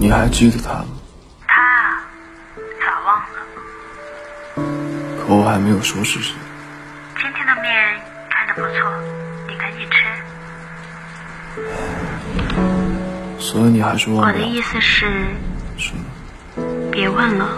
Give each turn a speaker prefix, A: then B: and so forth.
A: 你还记得他吗？
B: 他啊，早忘了。
A: 可我还没有说是谁。
B: 今天的面看着不错，你赶紧吃。
A: 所以你还是忘
B: 我
A: 不
B: 的
A: 了
B: 意思是，
A: 是吗？
B: 别问了，